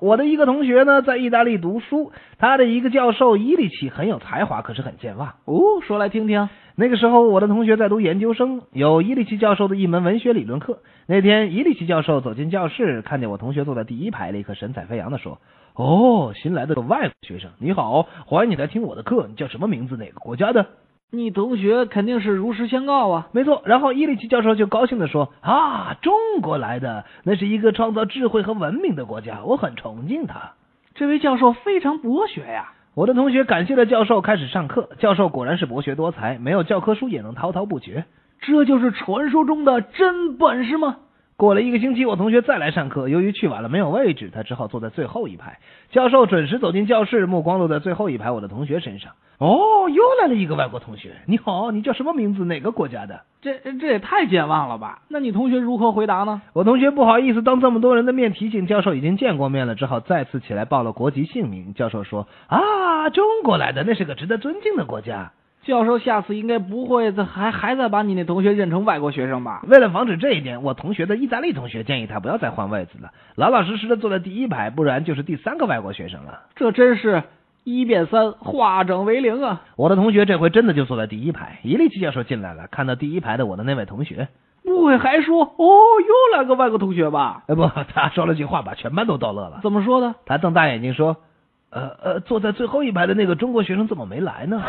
我的一个同学呢，在意大利读书，他的一个教授伊利奇很有才华，可是很健忘。哦，说来听听。那个时候，我的同学在读研究生，有伊利奇教授的一门文学理论课。那天，伊利奇教授走进教室，看见我同学坐在第一排，立刻神采飞扬的说：“哦，新来的外国学生，你好，欢迎你来听我的课。你叫什么名字？哪个国家的？”你同学肯定是如实相告啊。没错，然后伊利奇教授就高兴地说：“啊，中国来的，那是一个创造智慧和文明的国家，我很崇敬他。这位教授非常博学呀、”我的同学感谢了教授，开始上课。教授果然是博学多才，没有教科书也能滔滔不绝。这就是传说中的真本事吗？过了一个星期，我同学再来上课，由于去晚了没有位置，他只好坐在最后一排。教授准时走进教室，目光落在最后一排我的同学身上。哦，又来了一个外国同学，你好，你叫什么名字？哪个国家的？这这也太健忘了吧？那你同学如何回答呢？我同学不好意思当这么多人的面提醒教授已经见过面了，只好再次起来报了国籍姓名。教授说：“啊，中国来的，那是个值得尊敬的国家。教授下次应该不会再还还在把你那同学认成外国学生吧”？为了防止这一点，我同学的意大利同学建议他不要再换位子了，老老实实的坐在第一排，不然就是第三个外国学生了。这真是一变三，化整为零啊！我的同学这回真的就坐在第一排。一利奇教授进来了，看到第一排的我的那位同学，不会还说哦，又来个外国同学吧？呃，不，他说了句话，把全班都逗乐了。怎么说的？他瞪大眼睛说：“呃呃，坐在最后一排的那个中国学生怎么没来呢？”